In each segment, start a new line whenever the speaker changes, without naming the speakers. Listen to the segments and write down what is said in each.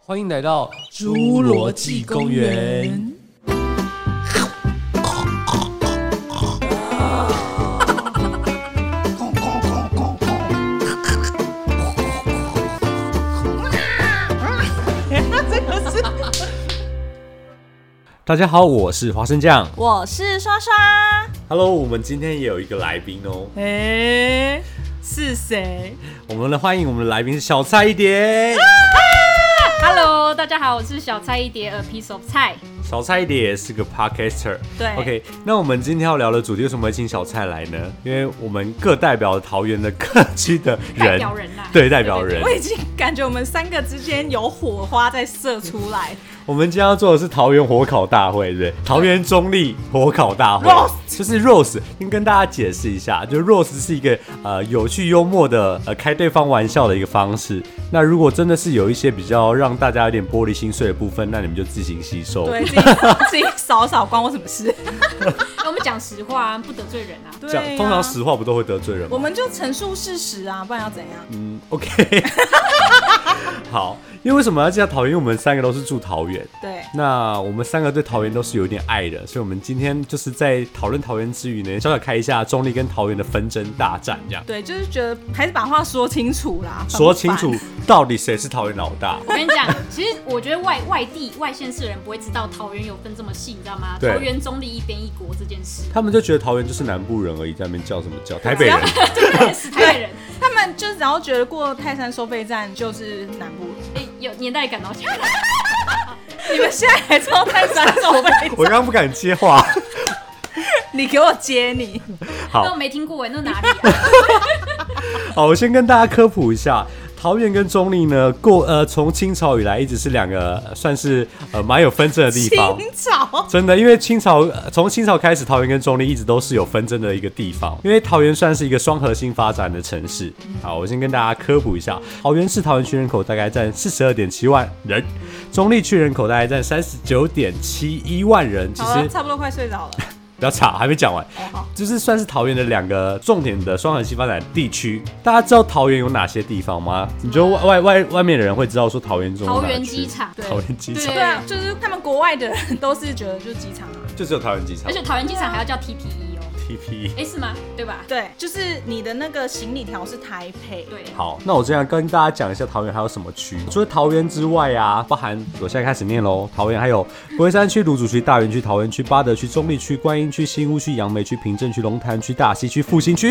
欢迎来到
侏罗纪公园。
大家好，我是花生酱。
我是刷刷，
Hello，我们今天也有一个来宾哦。
哎、是谁？
我们来欢迎我们的来宾是小菜一碟。
Hello，大家好，我是小菜一碟 A piece of 哎菜。
小菜一碟也是个 podcaster。
对
，OK，那我们今天要聊的主题为什么会请小菜来呢？因为我们各代表桃园的各区的人，
代表人啦
对，代表人
我。已经感觉我们三个之间有火花在射出来。
我们今天要做的是桃园火烤大会，对不对？桃园中立火烤大会
Roast
就是 Rose，先跟大家解释一下，就 Rose 是一个呃有趣幽默的呃开对方玩笑的一个方式。那如果真的是有一些比较让大家有点玻璃心碎的部分，那你们就自行吸收。
对，自己 自己扫扫，关我什么事？
那我们讲实话、啊，不得罪人啊。
对、
这样通常，实话不都会得罪人吗？
我们就陈述事实啊，不然要怎样？
嗯，OK，好，因为为什么要介绍桃园？因为我们三个都是住桃园，
对，
那我们三个对桃园都是有一点爱的，所以我们今天就是在讨论桃园之余呢，小小开一下中立跟桃园的纷争大战，这样
对，就是觉得还是把话说清楚啦，烦不
说清楚
烦。
到底谁是桃园老大。
我跟你 讲，其实我觉得外外地外县市的人不会知道桃园有分这么细，你知道吗？
对
桃园中立一边一国这件 事，
他们就觉得桃园就是南部人而已，在那边叫什么叫台北人？
这个是台北人，
他们就只要觉得过泰山收费站就是南部了。
哎、有年 代感哦。
你们现在还知道泰山收 费站？
我刚刚不敢接话。
你给我接你。
那我
好
没听过哎，那哪 里啊？
好，我先跟大家科普一下。桃园跟中立呢，过呃，从清朝以来一直是两个呃算是呃蛮有纷争的地
清
方。
朝
真的，因为清朝呃从清朝开始，桃园跟中立一直都是有纷争的一个地方。因为桃园算是一个双核心发展的城市。好，我先跟大家科普一下，桃园市桃园区人口大概占四十二点七万人，中立区人口大概占三十九点七一万人。其
好
啊
了，
实
差不多快睡 着了。
不要吵，还没讲完
哦好，
就是算是桃园的两个重点的双核心发展地区。大家知道桃园有哪些地方吗？你觉得外外外外面的人会知道说桃园中有
桃
哪
园
区
机场对
桃园机场
对
对啊，就是他们国外的人都是觉得就是机场啊。
就只有桃园机场
而且桃园机场还要叫 TPE 哦，
，TP。
哎、是吗？对吧？
对，就是你的那个行李条是台北。哎
对，
好，那我这样跟大家讲一下桃园还有什么区。除了桃园之外啊，包含我现在开始念喽。桃园还有龟山区、芦竹区、大园区、桃园区、八德区、中立区、观音区、新屋区、杨梅区、平镇区、龙潭区、大溪区、复兴区。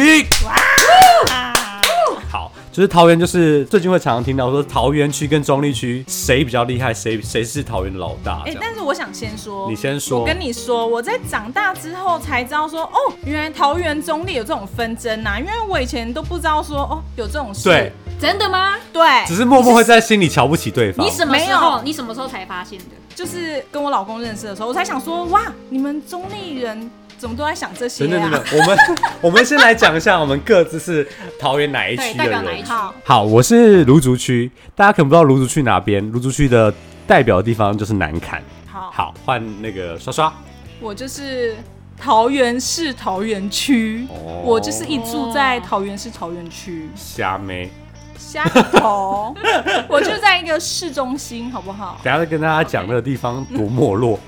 啊，
哦
好，就是桃园，就是最近会常常听到说桃园区跟中立区谁比较厉害，谁谁是桃园的老大这
哎、
样。
但是我想先说，
你先说
我跟你说，我在长大之后才知道说，哦，原来桃园中立有这种纷争呐、啊，因为我以前都不知道说，哦，有这种事。
对，
真的吗？
对，
只是默默会在心里瞧不起对方
你。什么
没
时
有
候？你什么时候才发现的？
就是跟我老公认识的时候，我才想说，哇，你们中立人怎么都在想这些
等等等等
啊？，
我们 我们先来讲一下，我们各自是桃园哪一
对
区的
代表哪一
人
区？
好，
好，我是芦竹区，大家可能不知道芦竹区哪边，芦竹区的代表地方就是南坎。
好，
好，换那个刷刷，
我就是桃园市桃园区，
哦
我就是一住在桃园市桃园区。
虾妹，
虾头， 我就在一个市中心，好不好？
等一下再跟大家讲那个地方多没落。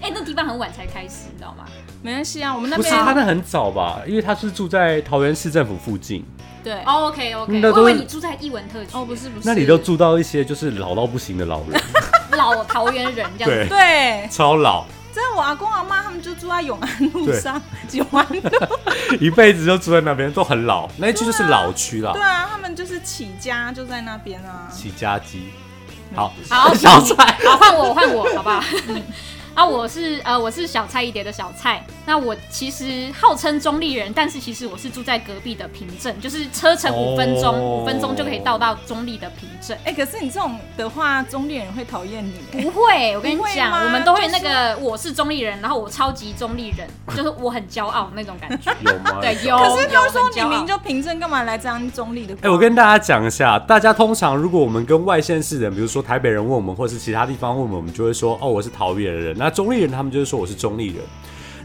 哎、那地方很晚才开始，你知道吗？
没关系啊， 我们那
不是，他
边
那很早吧？因为他是住在桃园市政府附近，
对哦
哦、o k OK，
那
我
都是
以为你住在艺文特区，
哦，不是不是，
那里都住到一些就是老到不行的老 人，
老桃园人这样子。
对，
对，
超老，
真的我阿公阿妈他们就住在永安路
对
上，永安路
一辈子就住在那边，都很老，那一区就是老区啦
对。啊，他们就是起家就在那边啊。
起家鸡，好，
好，
小菜，
好换我换我，好不好？ 啊，我是呃，我是小菜一碟的小菜。那我其实号称中立人，但是其实我是住在隔壁的平镇，就是车程五分钟，
哦
五、分钟就可以到到中立的平 镇。
哎、可是你这种的话，中立人会讨厌你、哎
不会，我跟你
不会
讲，
吗
我们都会那个我是中立人，然后我超级中立 人，就是我很骄傲那种感 觉。
有吗？
对，有。
可是
有
他说
很
你
骄傲
明明就凭证，干嘛来张中立的？
哦哎、我跟大家讲一下，大家通常如果我们跟外县市人，比如说台北人问我们，或是其他地方问我们，我们就会说哦，我是桃园人。那中立人他们就是说我是中立人。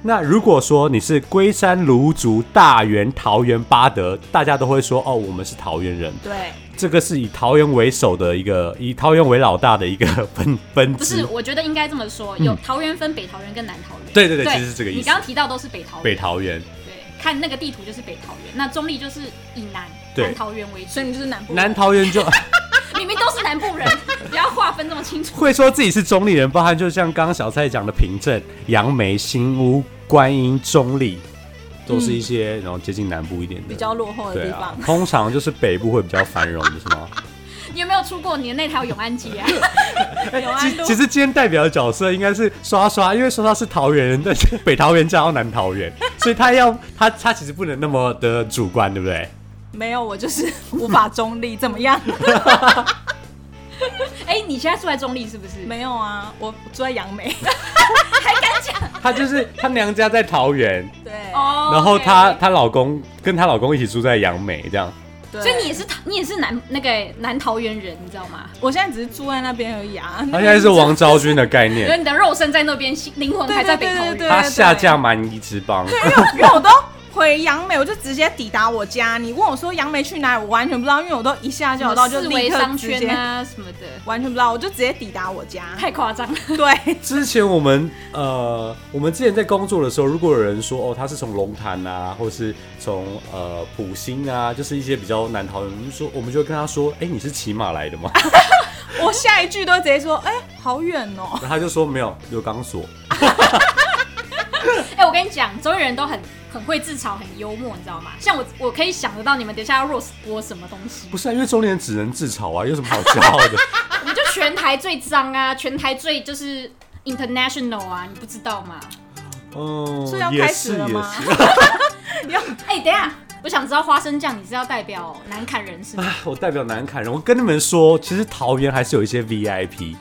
那如果说你是龟山、芦竹、大园、桃园、巴德，大家都会说哦，我们是桃园人。
对，
这个是以桃园为首的一个，以桃园为老大的一个 分分
不是，
支。
我觉得应该这么说，有桃园分北桃园跟南桃园。
嗯对对对其实是这个意思
你刚刚提到都是北桃园，
北桃园，
对，看那个地图就是北桃园，那中立就是以南
对
南桃园为主
所以，你就是南部人
南桃园就
明明都是南部人， 不要划分这么清楚。
会说自己是中立人，包含就像刚刚小蔡讲的平镇、杨梅、新屋、观音、中立，都是一些然后接近南部一点的
嗯比较落后的
对
地
啊
方。，
通常就是北部会比较繁荣的是 吗？
你有没有出过你的那条永安街啊？
有啊，
其其实今天代表的角色应该是刷刷，因为刷刷是桃园人，但是北桃园嫁到南桃 园，所以他要他他其实不能那么的主观，对不对？
没有，我就是 无法中立，怎么样？
哎、你现在住在中立是不是？
没有啊，我住在杨梅。
还敢讲？
他就是他娘家在桃 园，
对，
哦
然后
OK
她她老公跟她老公一起住在杨梅，这样
对
所以你也是你也是南那个南桃园人，你知道吗？
我现在只是住在那边而已啊。
他现在是王昭君的概
因为
念，
你的肉身在那边，心灵魂还在北桃
对对对对
园。
他下嫁蛮夷之邦，
因为我都回杨梅，我就直接抵达我家。你问我说杨梅去哪里，我完全不知道，因为我都一下
什
叫
么
到就
四
立
维
刻
商
直
圈
接，
啊什么的，
完全不知道，我就直接抵达我 家。
太夸张了。
对，
之前我们呃，我们之前在工作的时候，如果有人说哦，他是从龙潭啊，或是从呃普兴啊，就是一些比较南桃园，我们就说我们就会跟他说，哎、你是骑马来的吗？
我下一句都直接说，哎、好远哦
然。后他就说没有，有钢 索。
哎、我跟你讲，中原人都很很会自嘲，很幽默，你知道吗？像我，我可以想得到你们等一下要 roast 我什么东西，
不是、啊，因为中年人只能自嘲啊，有什么好骄傲 的？
我们就全台最脏啊， 全台最就是 international 啊，你不知道吗？
嗯，
所以要
也
开
是
始了
也
吗
是。
哎、等一下，我想知道花生酱你是要代表南坎人是吗？
我代表南坎人，我跟你们说，其实桃园还是有一些 VIP。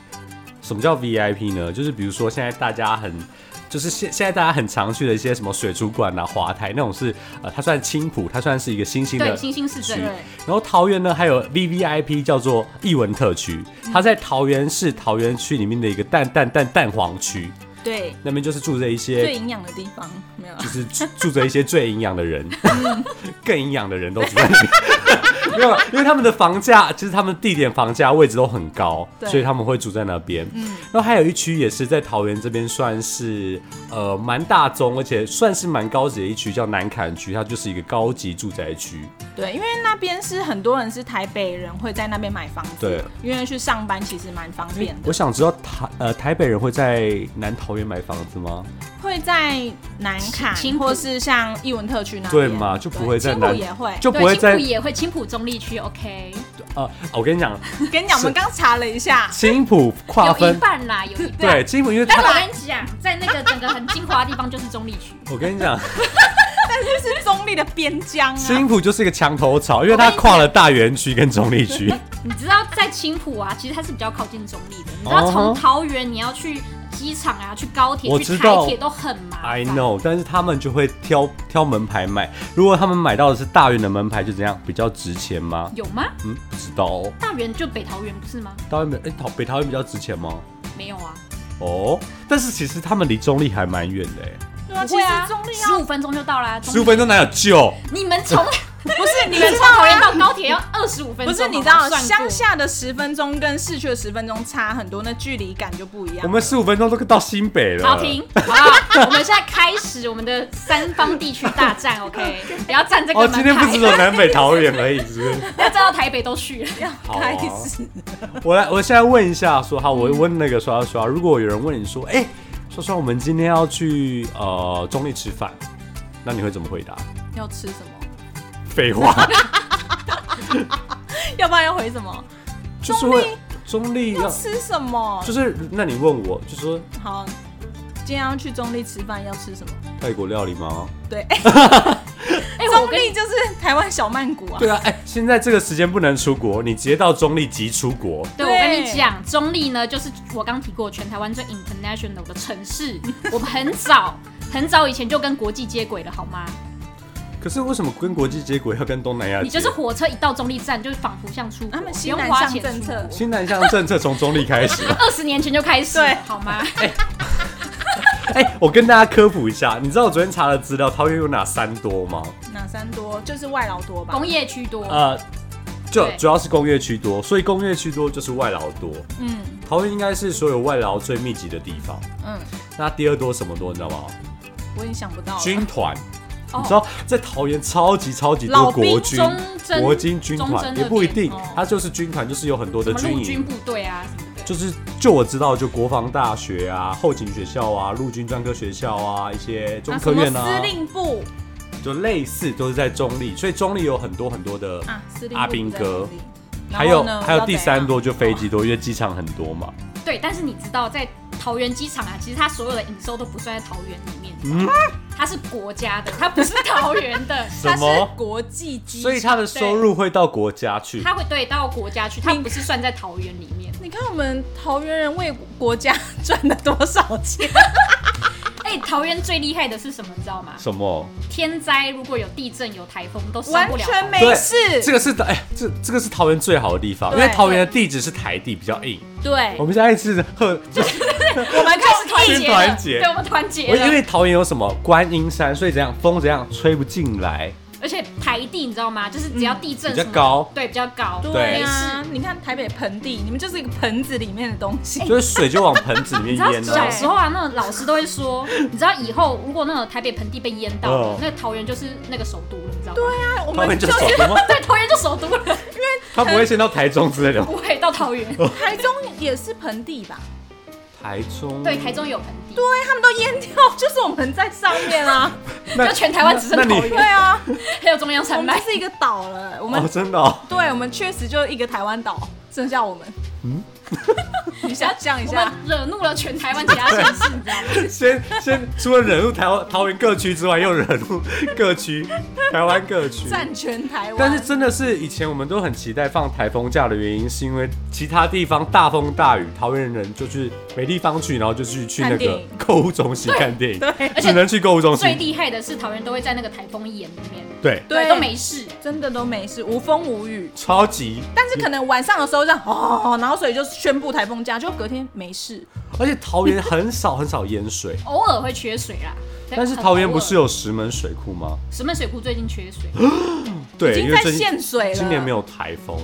什么叫 VIP 呢？就是比如说现在大家很，就是现现在大家很常去的一些什么水族馆啊、华台那种是，呃，它算青浦，它算是一个新兴的
对，。新兴市
是
镇。
对然后桃园呢还有 VVIP 叫做艺文特区，
嗯
它在桃园市桃园区里面的一个蛋蛋蛋蛋黄区，
对，
那边就是住着一些
最营养的地方没有啊
就。是住住着一些最营养的人， 更营养的人都住在里面。 没有，因为他们的房价，其实他们地点房价位置都很高，
对
所以他们会住在那边。
嗯
然后还有一区也是在桃园这边算是呃蛮大宗，而且算是蛮高级的一区，叫南坎区，它就是一个高级住宅区。
对，因为那边是很多人是台北人会在那边买房子，
对，嗯
因为去上班其实蛮方便的。
我想知道台呃台北人会在南桃园买房子吗？
会在南坎
青青，浦
或是像艺文特区那边，
对嘛，就不会在
青浦
南，
也会。
就不
对，
会
青
在
浦也会，青浦中立区 OK，
呃，我跟你讲，
跟你讲，我们刚查了一下，
青浦划
有一
分。
半啦，有一 半。
对，青浦因为
但
它
是，我跟你讲，在那个整个很精华的地方就是中立区，
我跟你讲，
这是中立的边疆啊。
青浦就是一个墙头草，因为它跨了大园区跟中立区。
你知道在青浦啊，其实它是比较靠近中立的。你知道
哦
从桃园你要去机场啊，去高铁、
我
去
知
台
道
铁都很麻烦。
I know，但是他们就会挑挑门牌卖。如果他们买到的是大园的门牌，就怎样比较值钱吗？
有吗？
嗯，不知道哦。
大园就北桃园不是吗？
大园北哎桃北桃园比较值钱吗？
没有啊，
哦，但是其实他们离中立还蛮远的，欸
对啊，
不
其
会
实
啊
中立
十
啊，
五分钟就到啦。中立
十五分钟哪有救？
你们 从
不 是你
你们
知
从
道
桃园
吗？
到高铁要二十五分钟，哦
不是你知
好
道
不好
乡，下的十分钟跟市区的十分钟差很多，那距离感就不一
我
样。
们十五分钟都到新北了。
好停，好不好？我们现在开始我们的三方地区大战，OK？不 要站这个
哦，
门
今天不
牌
只，有南北桃园而已，是不是？
不 要站到台北都去了。
好啊
开始，
我来，我现在问一下说好，我问那个刷刷，如果有人问你说，哎、刷刷，我们今天要去呃中立吃饭，那你会怎么回答？
要吃什么？
废话，
要不然要回什么？
就是会中立
要
要，
吃什么
就？是那你问我，就说
好，今天要去中立吃饭，要吃什么？
泰国料理吗？
对，
哎，我
中
跟
立
你
就是台湾小曼谷啊。
对啊， 哎、现在这个时间不能出国，你直接到中立即出国。
对，
对
我跟你讲，中立呢，就是我刚提过全台湾最 international 的城市，我们 很早很早以前就跟国际接轨了，好吗？
可是为什么跟国际接轨要跟东南亚接？
你就是火车一到中立站，就仿佛像出国，
他们
不
西
用
南
花
向
钱
政
出
策
国。
新南向政策从中立开始。
二十年前就开始了
对，
好吗？
哎、我跟大家科普一下，你知道我昨天查了资料，桃园有哪三多吗？
哪三多？就是外劳多吧
工？业区多，
呃，就
对
主要是工业区多，所以工业区多就是外劳多。
嗯，
桃园应该是所有外劳最密集的地方。
嗯，
那第二多什么多，你知道吗？
我已经想不到了。
军团。
哦
你知道在桃园超级超级多
老兵
国军
中征、
国军军
中征
团
那
也不一
边
定
哦，
它就是军团，就是有很多的
什么
军
陆军
营，
部队啊什么的，
就是就我知道，就国防大学啊、后勤学校啊、陆军专科学校啊、一些中
啊
科
什么
院啊
司，令部
就类似都是在中立，所以中立有很多很多的
啊，司令部
阿兵哥
不在这里，
还
然
有
后呢
还有第三，
要哦
多就飞机多，因为机场很多嘛。
对，但是你知道，在桃园机场啊，其实它所有的营收都不算在桃园里面，
嗯，
它是国家的，它不是桃园 的，
什
它
怎
么
样？？国际机，
所以他的收入会到国家去。
它会对到国家去，它不是算在桃园里面。
你看我们桃园人为国家赚了多少 钱？
哎、桃园最厉害的是什么？你知道吗？
什么？
天灾如果有地震有台风都上
完
不了
全
台。
没
对
事。
这个是哎，这这个是桃园最好的地方，因
对
为桃园的地址是台地，比较硬。
对
我，们现在是呵，
我们开始团
先
结了，
团结
对，我们团结
我因
了。
为桃园有什么观音山，所以怎样风怎样吹不进来。
而且台地你知道吗？就是只要地震
嗯
什么的、
比较高
对，比较高，
对
对啊，你看台北盆地，你们就是一个盆子里面的东
哎
西。
就是水就往盆子里
你知
面
道
淹
小
了。
时候啊，那种老师都会说， 你知道以后如果那种台北盆地被淹到
嗯
了，那桃园就是那个首都了，你知道吗？
啊，我
他们
们
就
就
首都吗？
对，桃园就首都了，
他不会先到台中之类的吗。
不会到桃园。
哦
台中也是盆地吧？
台中
对，台中有盆地，
对，他们都淹掉，就是我们在上面啊。
那
就全台湾只剩
那那
桃
你
对
园，
啊，
还有中央
我
山
们
脉
就。是一个岛了。我们
哦，真的哦，
对，我们确实就一个台湾岛，剩下我们。嗯， 你想象一
我
下
啊
们，惹怒了全台湾其他县市，你知道吗？
先先除了惹怒台湾桃园各区之外，又惹怒 各区台湾各区。
占全台湾。
但是真的是以前我们都很期待放台风假的原因，是因为其他地方大风大雨，桃园人就是没地方去，然后就去去那
看电
个
影
购物中心看电影，
对
而且
只能去购物中
最
心。
厉害的是桃园都会在那个台风眼里面，
对，
对
都没事。
真的都没事，无风无雨。
超级。
但是可能晚上的时候这样哦，然后所以就宣布台风假，就隔天没事。
而且桃园很少很少淹 水，
偶尔会缺水啦，
但是桃园不是
有
有石门水库吗？
石门水库最近缺 水。
对，
已
因
经
为
在
最近
限水了。
今年没有台风。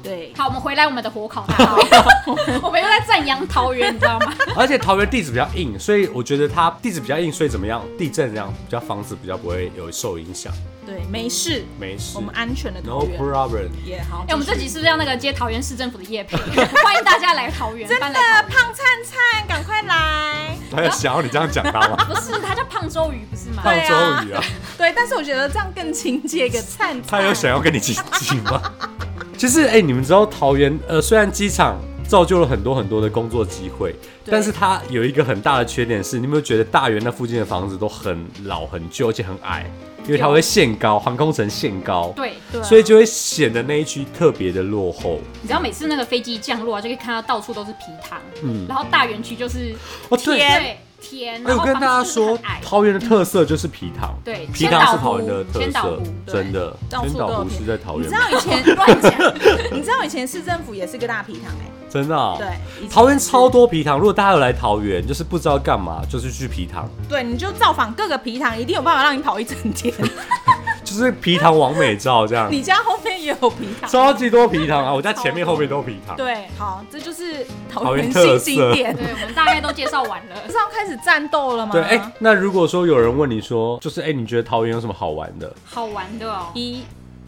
对，
好，我们回来我们的火烤大 炮， 我们又在赞扬桃园，你知道吗？
而且桃园地质比较硬，所以我觉得它地质比较硬，所以怎么样，地震这样比较房子比较不会有受影响，
对，没事，
没事
我。们安全的
No
桃园。
problem。
也好，
哎、我们这
继
集
续
是不是要那个接桃园市政府的业配？ 欢迎大家来桃园，
真的
搬来桃园
胖灿灿，赶快来！
他有想要你这样讲他吗？
不是，它叫胖周瑜，不是吗？
胖
啊 对啊
周瑜啊，
对，但是我觉得这样更亲切一个灿灿。
他有想要跟你亲近吗？ 其实，哎、你们知道桃园，呃，虽然机场造就了很多很多的工作机会，
对
但是它有一个很大的缺点是，你有没有觉得大园那附近的房子都很老、很旧，而且很矮，因为它会限高，航空城限高，
对，
对啊
所以就会显得那一区特别的落后。
你知道每次那个飞机降落啊，就可以看到到处都是皮塘，
嗯
然后大园区就是
哦，对，
天
对天，
哎，
然
我
后
跟大家
房子就
说
是很矮，
桃园的特色就是皮塘。
对
皮塘是
千岛湖
桃园的特
千岛
色
湖，
对
真的。
到
千
处都
岛
有
湖
皮
是在桃
你
园
知
吗，
道以前乱讲，你知道以前市政府也是个大皮塘哎、
真的啊。
对，以前
桃园超多皮塘，如果大家有来桃园，就是不知道干嘛，就是去皮塘，
对，你就造访各个皮塘，一定有办法让你跑一整 天。
就是皮塘完美照这 样，
你家后面也有皮塘，
超级多皮塘啊！我家前面后面都皮塘，
对，好，这就是
桃
桃
园
园
特
新
色
景点。
对，我们大概都介绍完了
不。是要开始战斗了吗？
对，哎，那如果说有人问你说，就是哎，你觉得桃园有什么好玩的？
好玩的哦，
一、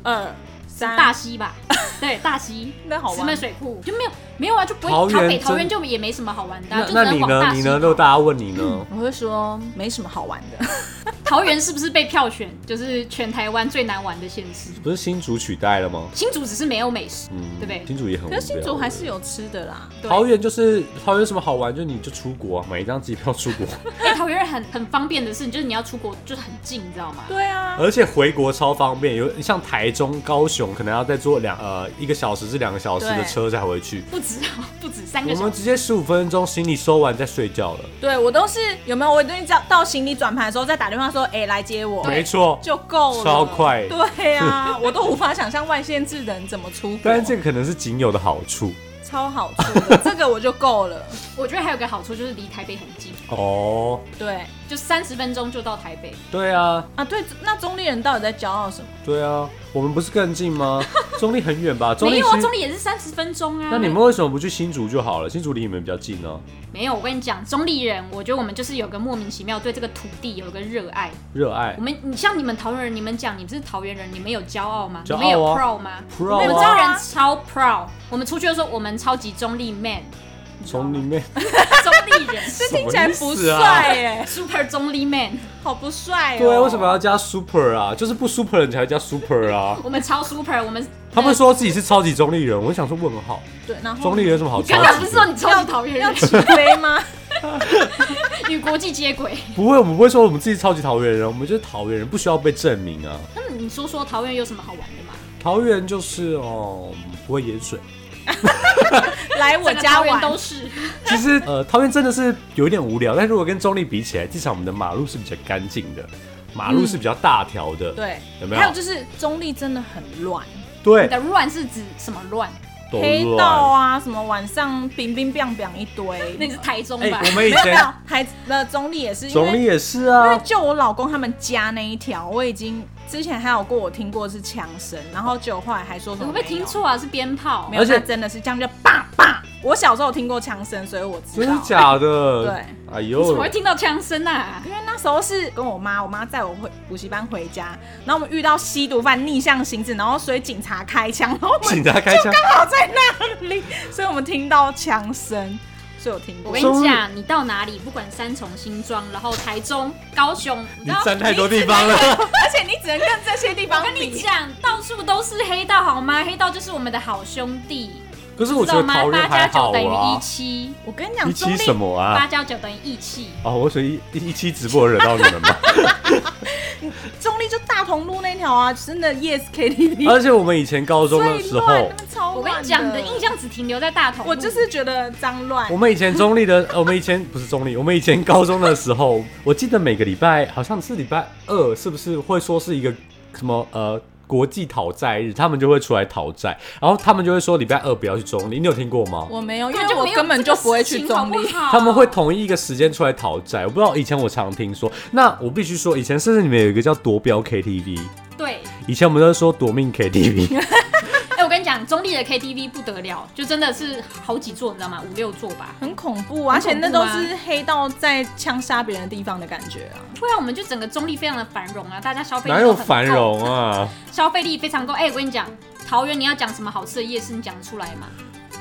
二、三，
大溪吧，对，大溪，
那 好
石
玩
门。水库就没有没有啊，就不会
桃园
桃北
真
桃园就也没什么好玩的啊、
那
就只
那你
能往
呢？
大
你
溪
呢？如果
跑。
大家问你呢？
我会说没什么好玩的，
桃园是不是被票选就是全台湾最难玩的县市？
不是新竹取代了吗？
新竹只是没有美食，
嗯，
对不对
新竹也很无
可
聊。
是新竹还是有吃的啦。
对
桃园就是桃园有什么好玩？就你就出国、啊，买一张机票出国，
哎、桃园人很很方便的事，就是你要出国就是很近，你知道吗？
对啊，
而且回国超方便。有像台中、高雄，可能要再坐两呃一个小时至两个小时的
对
车才回去。
不止哦，不止三个
我
小
们
时。
直接十五分钟，行李收完再睡觉了。
对我都是有没有？我都是到到行李转盘的时候再打电话说，哎、来接我，
没错，
就够了，
超快
对啊， 我都无法想象外县市人怎么出国，
但是这个可能是仅有的好处。
超好出的，这个我就够了。
我觉得还有个好处就是离台北很近，
哦，
对
就三十分钟就到台北。
对啊，
啊，对，那中立人到底在骄傲什么？
对啊，我们不是更近吗？中立很远吧？中
没
立
有啊，
新
中立也是三十分钟啊。
那你们为什么不去新竹就好了？新竹离你们比较近呢、
没有？我跟你讲，中立人，我觉得我们就是有个莫名其妙对这个土地有一个热爱。
热爱
我们，你像你们桃园人，你们讲你们是桃园人，你们有骄傲吗？
骄傲啊
你们有 pro 吗
Pro 啊
我们这人超 pro，我们出去的时候我们超级中立 man，
从里面
中立人
这听起来不
什么意思啊
帅耶，
，super 中立 man，？
好不帅哦。
对，啊为什么要加 super 啊？就是不 super 你才会加 super 啊
我们超 super，我们
他们说自己是超级中立人，我想说问号，
对，然后
中立人有什么好
哦你
超
刚刚
级
不是说
的？
你超级桃园
要
人，
起飞 吗？
与国际接轨？
不会，我们不会说我们自己超级桃园人，我们就是桃园人，不需要被证明啊。
那你说说桃园有什么好玩的吗？
桃园就是哦，不会淹水。
来我
整个
家
桃园
玩，
都是，
其实呃，桃园真的是有一点无聊，但如果跟中立比起来，至少我们的马路是比较干净的，马路是比较大条的。
嗯
对，
有没有
还有就是中立真的很乱，
你
对
的乱是指什么乱？
都
黑道
乱。
啊，什么晚上冰冰冰冰一堆。
那你是台中
哎、
吧？
我们以
没有没
前
有，台的中立也是，因
总理
为
也是
因为
啊，
就我老公他们家那一条，我已经之前还有过，我听过是枪声，然后就后来还说什
你会
么
不会
没
听
有，
错啊？是鞭炮
没。有，
而且
他真的是这样就叭叭。我小时候有听过枪声，所以我知
真
道
的。假的？
对，
哎
你怎么
呦
会，听到枪声啊？
因为那时候是跟我妈，我妈载我回补习班回家，然后我们遇到吸毒犯逆向行驶，然后所以警察开枪，然后我们
警察开枪，
刚好在那里，所以我们听到枪声，所以我听
哦
过
我跟。你讲，你到哪里，不管三重、新庄，然后台中、高雄，你
你
知道
占太多地方了。
而且你只能跟这些地
我
方
跟你
比，
讲，到处都是黑道，好吗？黑道就是我们的好兄弟，
可是我
知
觉
道
得
吗
桃？园还
八加
好
九等于一
啊，
七，
我跟你讲，
一
中
期
立
什么
八
啊？
加九等于一七。
哦，我属于一一期直播惹到你们 吗？
中立就大同路那条啊，真的 Yes KTV
而且我们以前高中的
最
时
乱，
候
那，边超乱
我跟你讲，你的印，象只停留在大同路。
我就是觉得脏乱
我。们以前中立的，我们以前不是中立，我们以前高中的时候，我记得每个礼拜好像是礼拜二，是不是会说是一个什么呃国际讨债日，他们就会出来讨债，然后他们就会说礼拜二不要去中立，你有听过吗？
我没有，因
根
为
本
我
没有
根本就不会去
这个事情好
中
不
立。
好
他们会统一一个时间出来讨债，我不知道以前我常听说，那我必须说，以前甚至里面有一个叫夺标 KTV，
对。
以前我们都说夺命 KTV，
哎、我跟你讲，中立的 KTV 不得了，就真的是好几座，你知道吗？五六座吧。
很恐怖啊，而
很恐
且
怖
那
啊
都是黑道在枪杀别人的地方的感觉啊。
不然我们就整个中立非常的繁荣啊，大家消费力
哪
都
有
很
繁
够，
荣啊？
消费力非常够。哎、我跟你讲，桃园你要讲什么好吃的夜市，你讲得出来吗？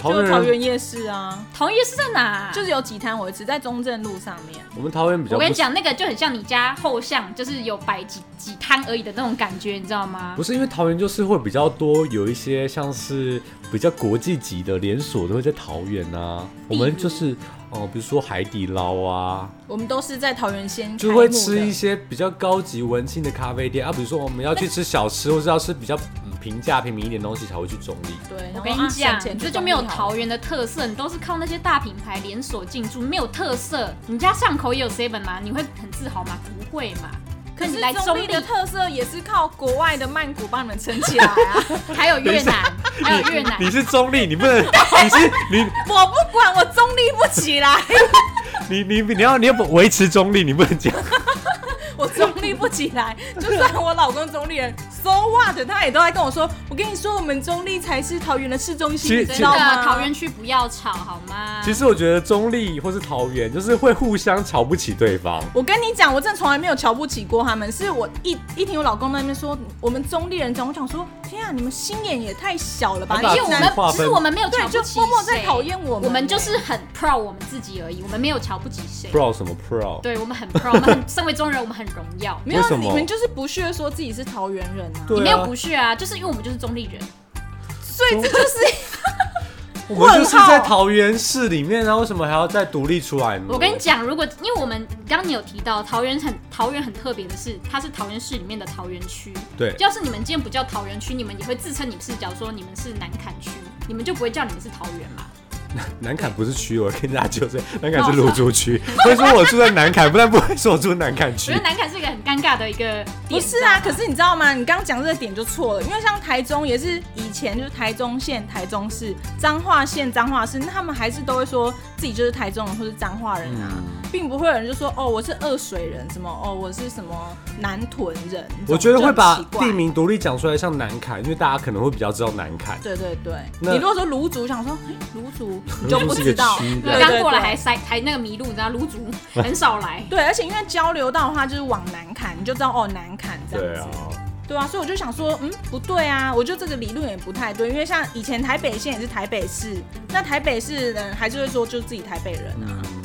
桃
就
园
是桃
人，
园夜市啊，
桃园夜市在哪啊、
就是有几摊我会吃，在中正路上面。
我们桃园比较
我跟
不
你讲，那个就很像你家后巷，就是有摆几几摊而已的那种感觉，你知道吗
不？是因为桃园就是会比较多有一些像是比较国际级的连锁都会在桃园啊，我
例如
们就是哦、呃比如说海底捞啊，
我们都是在桃园先
就
开
会
幕
吃
的
一些比较高级文青的咖啡店啊，比如说我们要去吃小吃，或是要吃比较嗯平价平民一点的东西才会去中立。
对，然
我
后
跟
啊
你讲
省，钱去
这就没有
中立好了
桃园的特色，你都是靠那些大品牌连锁进驻，没有特色。你家巷口也有 seven 吗？你会很自豪吗？不会嘛。
可
你
是
来
中
中
立
立
的特色也是靠国外的曼谷帮你们撑起来啊！
还有越南，还有越南，
你是中立，你不 能，你是你
我不管，我中立不起来，
你你你要你要维持中立，你不能讲。
我中立不起来。就算我老公中立人，so what，他也都在跟我说，我跟你说，我们中立才是桃园的市中
其
心，
实其
你知
实
真
道
的
吗？
啊桃园区不要吵好吗？
其实我觉得中立或是桃园，就是会互相瞧不起对方。
我跟你讲，我真的从来没有瞧不起过他们。是我一一听我老公那边说我们中立人讲，我想说，天啊，你们心眼也太小了吧！
还
你
把
因为
竟
哎我
然
自己划分
们其实我们没有瞧
对，就
不起
默默在
谁
讨厌我们。
我们就是很 proud 我们自己而已，我们没有瞧不起谁。
pro 什么 pro？
对我们很 proud，我们很 身为中人，我们很荣耀。
没有啊
为什么
你们就是不屑说自己是桃园人啊。
对
你
啊
没有不屑啊，就是因为我们就是中立人，
所以这就是
我们就是在桃园市里面啊，为什么还要再独立出来呢？
我跟你讲，如果因为我们刚刚你有提到桃园很桃园很特别的是，它是桃园市里面的桃园区。
对
要是你们今天不叫桃园区，你们也会自称你们是，假如说你们是南坎区，你们就不会叫你们是桃园嘛。
南坎不是区，我跟大家纠 正，南坎是露珠区。会说我住在南坎，不但不会说我住南坎
我
区
觉得。南坎是一个很尴尬的一个
不
点
是啊，可是你知道吗？你刚刚讲这个点就错了，因为像台中也是以前就是台中县、台中市、彰化县、彰化市，那他们还是都会说自己就是台中人或是彰化人啊，
嗯
并不会有人就说哦我是二水人，什么哦我是什么南屯人，
我觉得会把
这种就很奇怪
地。名独立讲出来，像南坎，因为大家可能会比较知道南坎。
对对对，
那
你如果说芦竹，想说哎芦竹，你
竹
就不
是一个
知道
区，
对啊
对
刚过来
对。
还塞还那个迷路，你知道，卢竹很少来
对，而且因为交流道的话，就是往南砍，你就知道哦，南砍这
对
样
啊
子。，对啊，所以我就想说，嗯，不对啊，我觉得这个理论也不太对，因为像以前台北县也是台北市，那台北市人还是会说就自己台北人啊，
嗯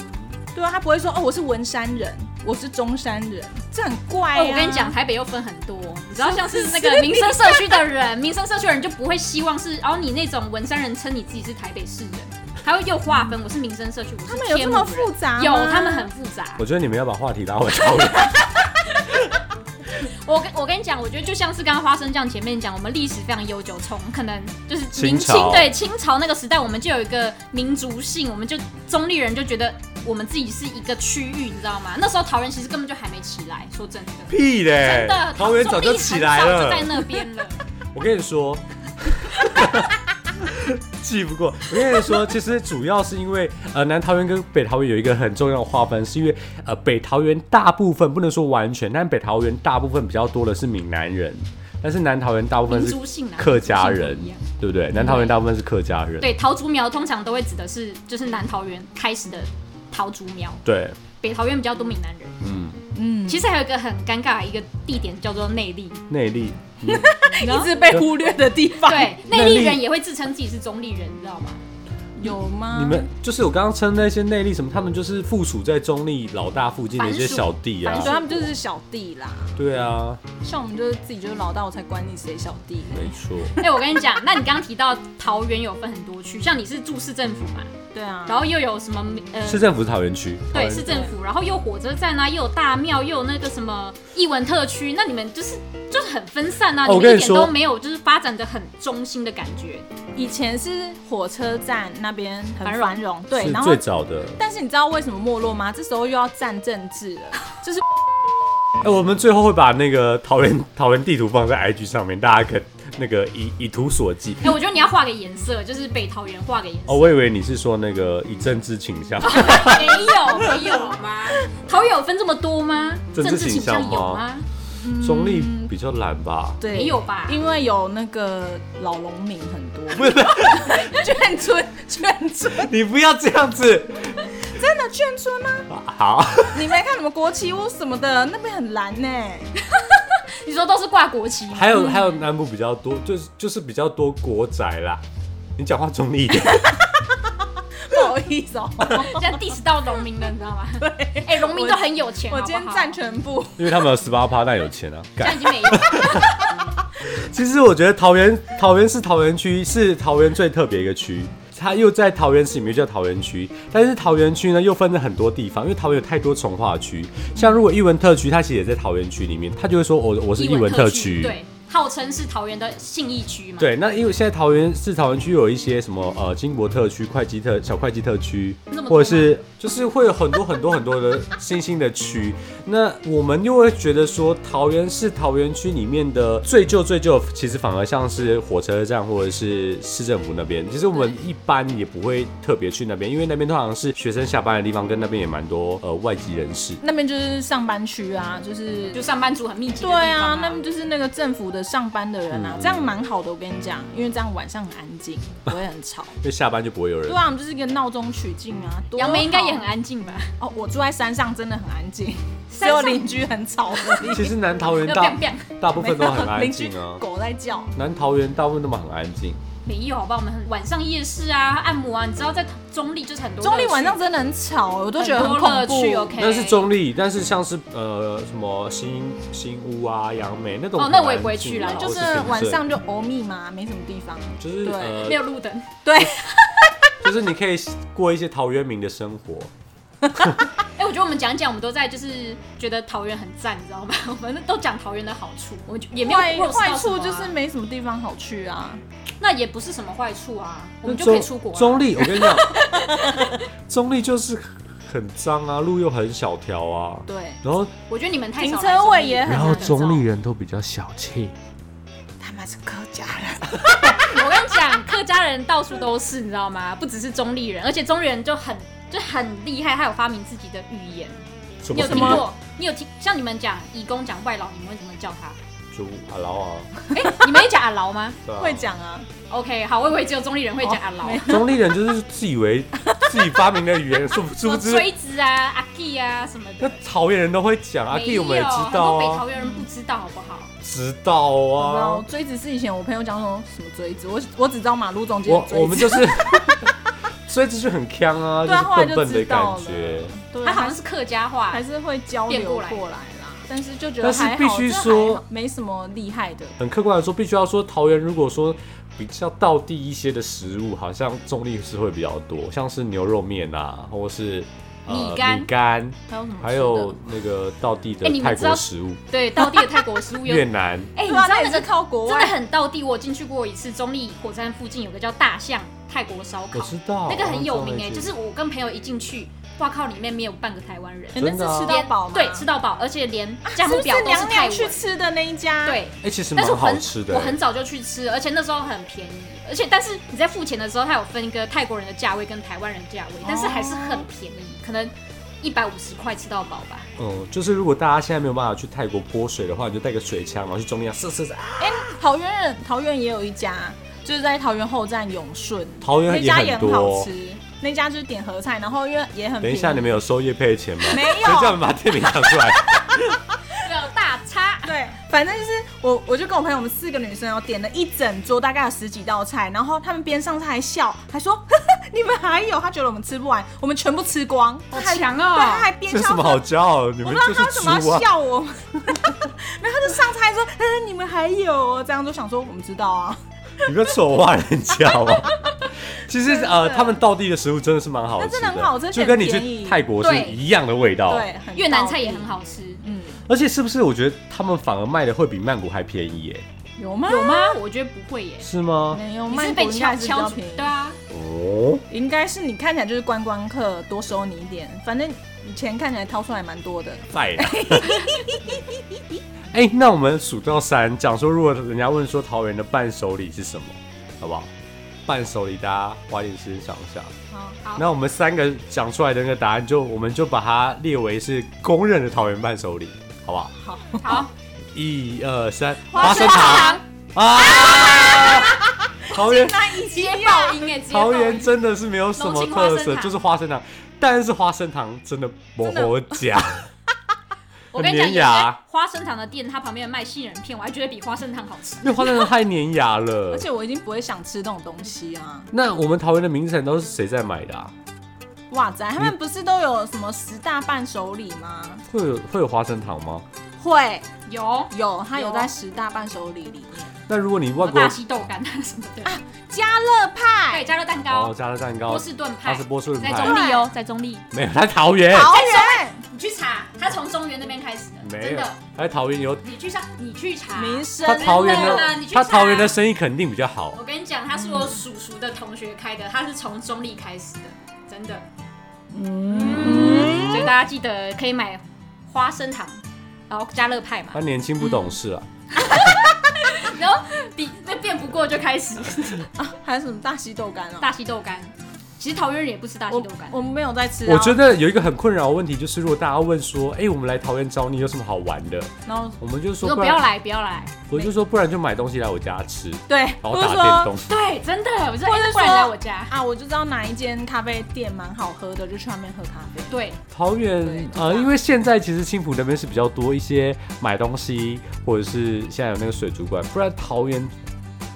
对啊，他不会说哦我是文山人，我是中山人，这很怪、啊
哦，我跟你讲，，台北又分很多，你知道像是那个民生社区的人，民生社区的人就不会希望是，然后你那种文山人称你自己是台北市人，他会又划分，我是民生社区，我是
他们有这么复杂吗
天母人有，他们很复杂。
啊我觉得你们要把话题拉回 桃园。
我跟我跟你讲，我觉得就像是刚刚花生酱前面讲，我们历史非常悠久，从可能就是
清
明清
朝
对清朝那个时代，我们就有一个民族性，我们就中立人就觉得我们自己是一个区域，你知道吗？那时候桃园其实根本就还没起来，说真的，
屁嘞
真的，
哎桃园早就起来
中立很早就在
了。
那边了。
我跟你说， 气不过。我跟你说，其实主要是因为呃，南桃园跟北桃园有一个很重要的划分，是因为呃，北桃园大部分不能说完全，但北桃园大部分比较多的是闽南人，但是南桃园大部分
民
是
族性啊，
客家人
民族性不一样，
对不对？南桃园大部分是客家人，
对，桃竹苗通常都会指的是就是南桃园开始的桃竹苗，
对，
北桃园比较多闽南人。
嗯，
嗯，
其实还有一个很尴尬的一个地点叫做内力，
内力。嗯
一直被忽略的地方，
对，
内
内
力
力人也会自称自己是中立人，你知道吗？
有吗？
你们就是我刚刚称那些内力什么，他们就是附属在中立老大附近的一些
凡属
小弟啊
凡
所，以他们就是小弟啦，
对啊，
像我们就是自己就是老大，我才管你谁小弟。
没错。
哎、我跟你讲，那你刚刚提到桃园有分很多区，像你是住市政府嘛，
对啊，
然后又有什么呃，
市政府是桃园区，桃
对
园
市政府，然后又有火车站啊，又有大庙，又有那个什么艺文特区，那你们就是就是很分散啊，
哦我
你
跟你
们一点都
说
没有就是发展的很中心的感觉。
以前是火车站那边很
繁荣
繁荣，对，
是
然后
最早的。
但是你知道为什么没落吗？这时候又要站政治了， 就是
哎、我们最后会把那个桃园 桃园地图放在 IG 上面，大家可那个以以图索骥。
哎、我觉得你要画个颜色，就是北桃园画个颜色。
哦，我以为你是说那个以政治倾向，
没有，没有吗？桃园有分这么多吗？
政治
政治倾向
倾向
有
吗
吗？
中立比较懒吧？
对，
没有吧
因为有那个老农民很多，不是 眷村，眷村
你不要这样子。
真的眷村啊！
好，
你没看什么国旗屋什么的，那边很蓝 呢、
你说都是挂国旗吗？
还有还有南部比较多，就是就是比较多国宅啦。你讲话中立一点，
不好意思哦、
现在 diss 到农民了，你知道吗？对，哎，农民都很有钱，
我
好不
今
好
天站，全部。
因为他们有十八趴，但有钱啊。
现
干
在已经没有了。
其实我觉得桃园桃园市桃园区是桃园最特别一个区，它又在桃园市里面叫桃园区，但是桃园区呢又分了很多地方，因为桃园有太多重化区，像如果艺文特区，它其实也在桃园区里面，它就会说我 我是艺文特区，
对，号称是桃园的信义区嘛。，
对，那因为现在桃园市桃园区有一些什么呃金博特区、会计特小会计特区
那么，多
或者是就是会有很多很多很多的新兴的区。那我们又会觉得说，桃园市桃园区里面的最旧最旧，其实反而像是火车站或者是市政府那边。其实我们一般也不会特别去那边，因为那边通常是学生下班的地方，跟那边也蛮多呃外籍人士。
那边就是上班区啊，就是
就上班族很密集
对
的地方
啊，那边就是那个政府的上班的人啊，这样蛮好的。我跟你讲，因为这样晚上很安静，不会很吵。
因为下班就不会有人
对。啊，我们就是一个闹中取静啊。多
杨梅应该也
好
很安静吧？
哦，我住在山上，真的很安静，只
山
有
上
邻居很吵而已。
其实南桃园
要
大
变变
大部分都很
没
安
有邻
静
居
啊，
狗在叫。
南桃园大部分都蛮很安静。
没有，好吧？我们很晚上夜市啊，按摩啊，你知道在中立就是很多
中立
乐趣
晚上真的很吵，我都觉得
很
很
多
恐
乐趣
怖。
，OK。
但是中立，但是像是呃什么新新屋啊、杨梅那种
哦
很
那
安
我也
静
不会去
啊
啦
就是晚上就欧密嘛，没什么地方。
或是就是
对
呃
没有路灯。
对，
就是你可以过一些陶渊明的生活，
哎、我觉得我们讲一讲，我们都在就是觉得桃园很赞，你知道吗？ 我们都讲桃园的好处，我们就也没有
坏
roast 到
坏
什么
处
啊
就是没什么地方好去啊。
那也不是什么坏处啊，我们就可
中
以出国、啊。
中立，我跟你讲，中立就是很脏啊，路又很小条啊，
对，
然后
我觉得你们太
停
少来
车
中立
位也很
然后
难
中立人都比较小气，
他们是客家人，
我跟你讲，客家人到处都是，你知道吗？不只是中立人，而且中立人就很就很厉害，他有发明自己的语言。
什
你有
什
听
么
过？你有听？像你们讲义工讲外劳，你们会怎么叫他？
猪啊劳啊，
哎、你们也讲阿劳吗
对啊
会。讲啊，
？OK，好，我以为只有中立人会讲阿劳，
没有
中立人就是自以为 自己发明的语言，殊
什
殊
么
不知
锥子啊、阿 K 啊什么
那
的。
桃园人都会讲，阿
没
K
有，
我们也
很
知道
多北
啊
桃，园人不知道，好不好？
知道
然后
啊。
锥子是以前我朋友讲说什么锥子，我我只知道马路中间
我
的
我
锥
们就
子，
是， 所以这就很呛啊，
对啊，后来
是笨
就
笨的
知道
感
了
觉。。
对，啊
他好像是客家话，
还是会交
变
流
啊过来
过来啦，但是就觉
但
得
是
还好，
必须
这还
说
好没什么厉害的。
很客观来说，必须要说桃园如果说比较道地一些的食物，好像中立是会比较多，像是牛肉面啊，或是
米干嗯
米干，
还有什么？
还有那个道地的
哎你们
泰
知道
国食物，
对，当地的泰国 食物有
越。南
哎、
对
你知道
啊，那
那
也
个
是靠国
真的
外。
很道地，我进去过一次，中立火车站附近有个叫大象泰国烧
我
烤，
知道，
那个很有名哎、
哎，
就是我跟朋友一进去，哇靠，里面没有半个台湾人，
哎
真的啊
那是吃到饱吗？
对，吃到饱，而且连价
是
目
不
表
啊是
都是
娘
泰
娘
文，
去吃的那一家？，
对。
哎、其实
但
蛮
是我
好
很
吃的、欸
我很早就去吃，而且那时候很便宜，而且但是你在付钱的时候，它有分一个泰国人的价位跟台湾人的价位，但
哦
是还是很便宜，可能一百五十块吃到饱吧。
嗯，就是如果大家现在没有办法去泰国泼水的话，你就带个水枪，然后去中立啊，射射射，啊
桃园人桃园也有一家，就是在桃园后站永顺，
桃
那
园
家
很
很
多
好
哦。
吃，那家就是点合菜，然后因为也很
等
便
一
宜。
下，你们有收叶配的钱吗？
没有
等一下，我们把店名讲出 来。
对啊，大叉，
对，反正就是我，我就跟我朋友，我们四个女生哦，点了一整桌，大概有十几道菜，然后他们边上菜还笑，还说 呵呵你们还有，他觉得我们吃不完，我们全部吃光，
好
他还
强
对，
哦
他还边
这有
笑
什么好骄傲？你
我
们
不知道
就是
他为什么
猪
要
啊！
笑我 们，然后他就上菜说，嗯，你们还有哦，这样就想说我们知道啊，
你不要丑化人家好 吗？其实
真的
呃，他们道地的食物真的是蛮好吃的，
那真的很好吃而且
就跟你
很便
去
宜
泰国是
对
一样的味道。
对，很
越南菜
道地
也很，好吃，
嗯，
而且是不是？我觉得他们反而卖的会比曼谷还便宜耶？
有吗？
有？吗？我觉得不会耶，
是吗？
没有，
你
曼
是
谷
被
应该
敲
还是比较
敲
便宜
对啊，
哦，
应该是你看起来就是观光客，多收你一点，反正你钱看起来掏出来蛮多的。
在啦。 哎、那我们数到三，讲说如果人家问说桃园的伴手礼是什么，好不好？伴手礼大家花点时间想一下。
好，
哦好
那我们三个讲出来的那个答案就，我们就把它列为是公认的桃园伴手礼，好不好？
好，
好，
一二三，
花生糖。
啊！桃园
那以及
直接爆音哎，直接
桃
爆
园
音。
真的是没有什么特
浓情花生
色，
糖
就是花生糖，但是花生糖真的不好假，
我跟你讲，
很啊
有
粘牙
些花生糖的店，它旁边卖杏仁片，我还觉得比花生糖好吃。
因为花生糖太粘牙了
而。且我已经不会想吃这种东西啊！
那我们桃园的名产都是谁在买的啊？
哇塞，
嗯
他们不是都有什么十大伴手礼吗？
会有会有花生糖吗？
会
有
有，他有
有啊
在十大伴手礼里面，
那如果你外国
大西豆干啊哎什么的，
加乐派、
对，加热蛋
哦，
糕、
加了蛋糕
波，士顿
它
派
是，波士顿
在
派
中，立哦，在中立。
没有，它在桃园，
桃
哎
园、
你去查，它从中原那边开始的，
没
真
有
的。，
它在桃园有，
你去上，你去查。
民生
它桃园
真
的
的啦你，去
它
查
桃园的生意肯定比较好
我。跟你讲，它是我叔叔的同学开的，它是从中立开始的，真的。嗯，所以大家记得可以买花生糖，然后加乐派嘛
他，年轻不懂事啊，
然后比那辩不过就开始。
还有什么大西豆干啊？
大西豆干。其实桃园人也不吃大西
我
豆干，
我们没有在吃、啊，
我觉得有一个很困扰的问题，就是如果大家问说，哎、我们来桃园找你有什么好玩的，
然后
我们就
我
说
说
不
不要
然，
来，不要来。
我就说不然就买东西来我家吃，
对，
然
不
后
是
打电
说
动。
对，真的，我说
或
哎
者说
那不然来我家。
啊，我就知道哪一间咖啡店蛮好喝的，就去那边喝咖啡。
对，
桃园
对
呃，因为现在其实青浦那边是比较多一些买东西，或者是现在有那个水族馆，不然桃园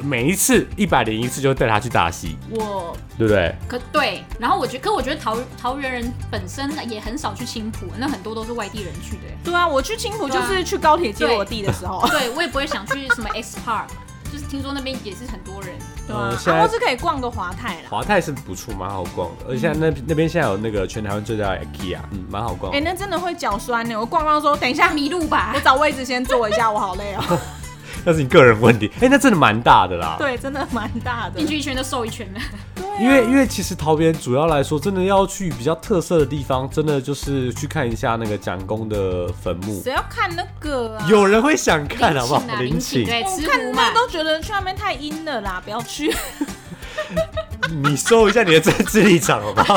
每一次一百零一次就带他去大溪，
我
对不对？
可对，然后我觉可我觉得桃桃园人本身也很少去青浦，那很多都是外地人去的。
对啊，我去青浦
对
就
啊
是去高铁接我弟的时候，
对，我也不会想去什么 X Park， 就是听说那边也是很多人。
对啊，
现在
然后是可以逛个华泰啦。
华泰是不错，蛮好逛的，而且现在那那边现在有那个全台湾最大的 IKEA，嗯，蛮好逛
哎、
的。
那真的会脚酸欸呢、我逛到说，等一下，
迷路吧
我，找位置先坐一下，我好累哦、
那是你个人问题，哎、那真的蛮大的啦。
对，真的蛮大的
进。去一圈就瘦一圈 了。
因为因为其实桃园主要来说，真的要去比较特色的地方，真的就是去看一下那个蒋公的坟墓。
谁要看那个啊？
有人会想看好不好？
陵寝啊
陵
陵寝
寝，
对，
我
慈
看
湖嘛
那，都觉得去那边太阴了啦，不要去。
你收一下你的政治立场好不好？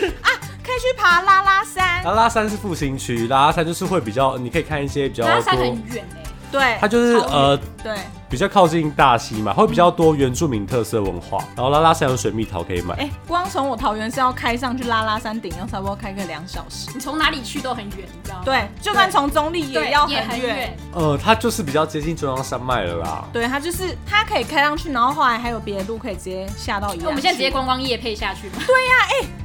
可以去爬拉拉山，
拉拉山是复兴区，拉拉山就是会比较，你可以看一些比较
拉山
多
很，远哎，
对，
它就是
超远
呃
对，
比较靠近大溪嘛，会比较多原住民特色文化。然后拉拉山有水蜜桃可以买，
哎、光从我桃园是要开上去拉拉山顶，要差不多开个两小时。
你从哪里去都很远，你知道吗？
对，就算从中立
哦对，
也要
很
很远。。
呃，它就是比较接近中央山脉了啦。
对，它就是它可以开上去，然后后来还有别的路可以直接下到宜
那
兰。
我们现在直接，观光夜配下去吧。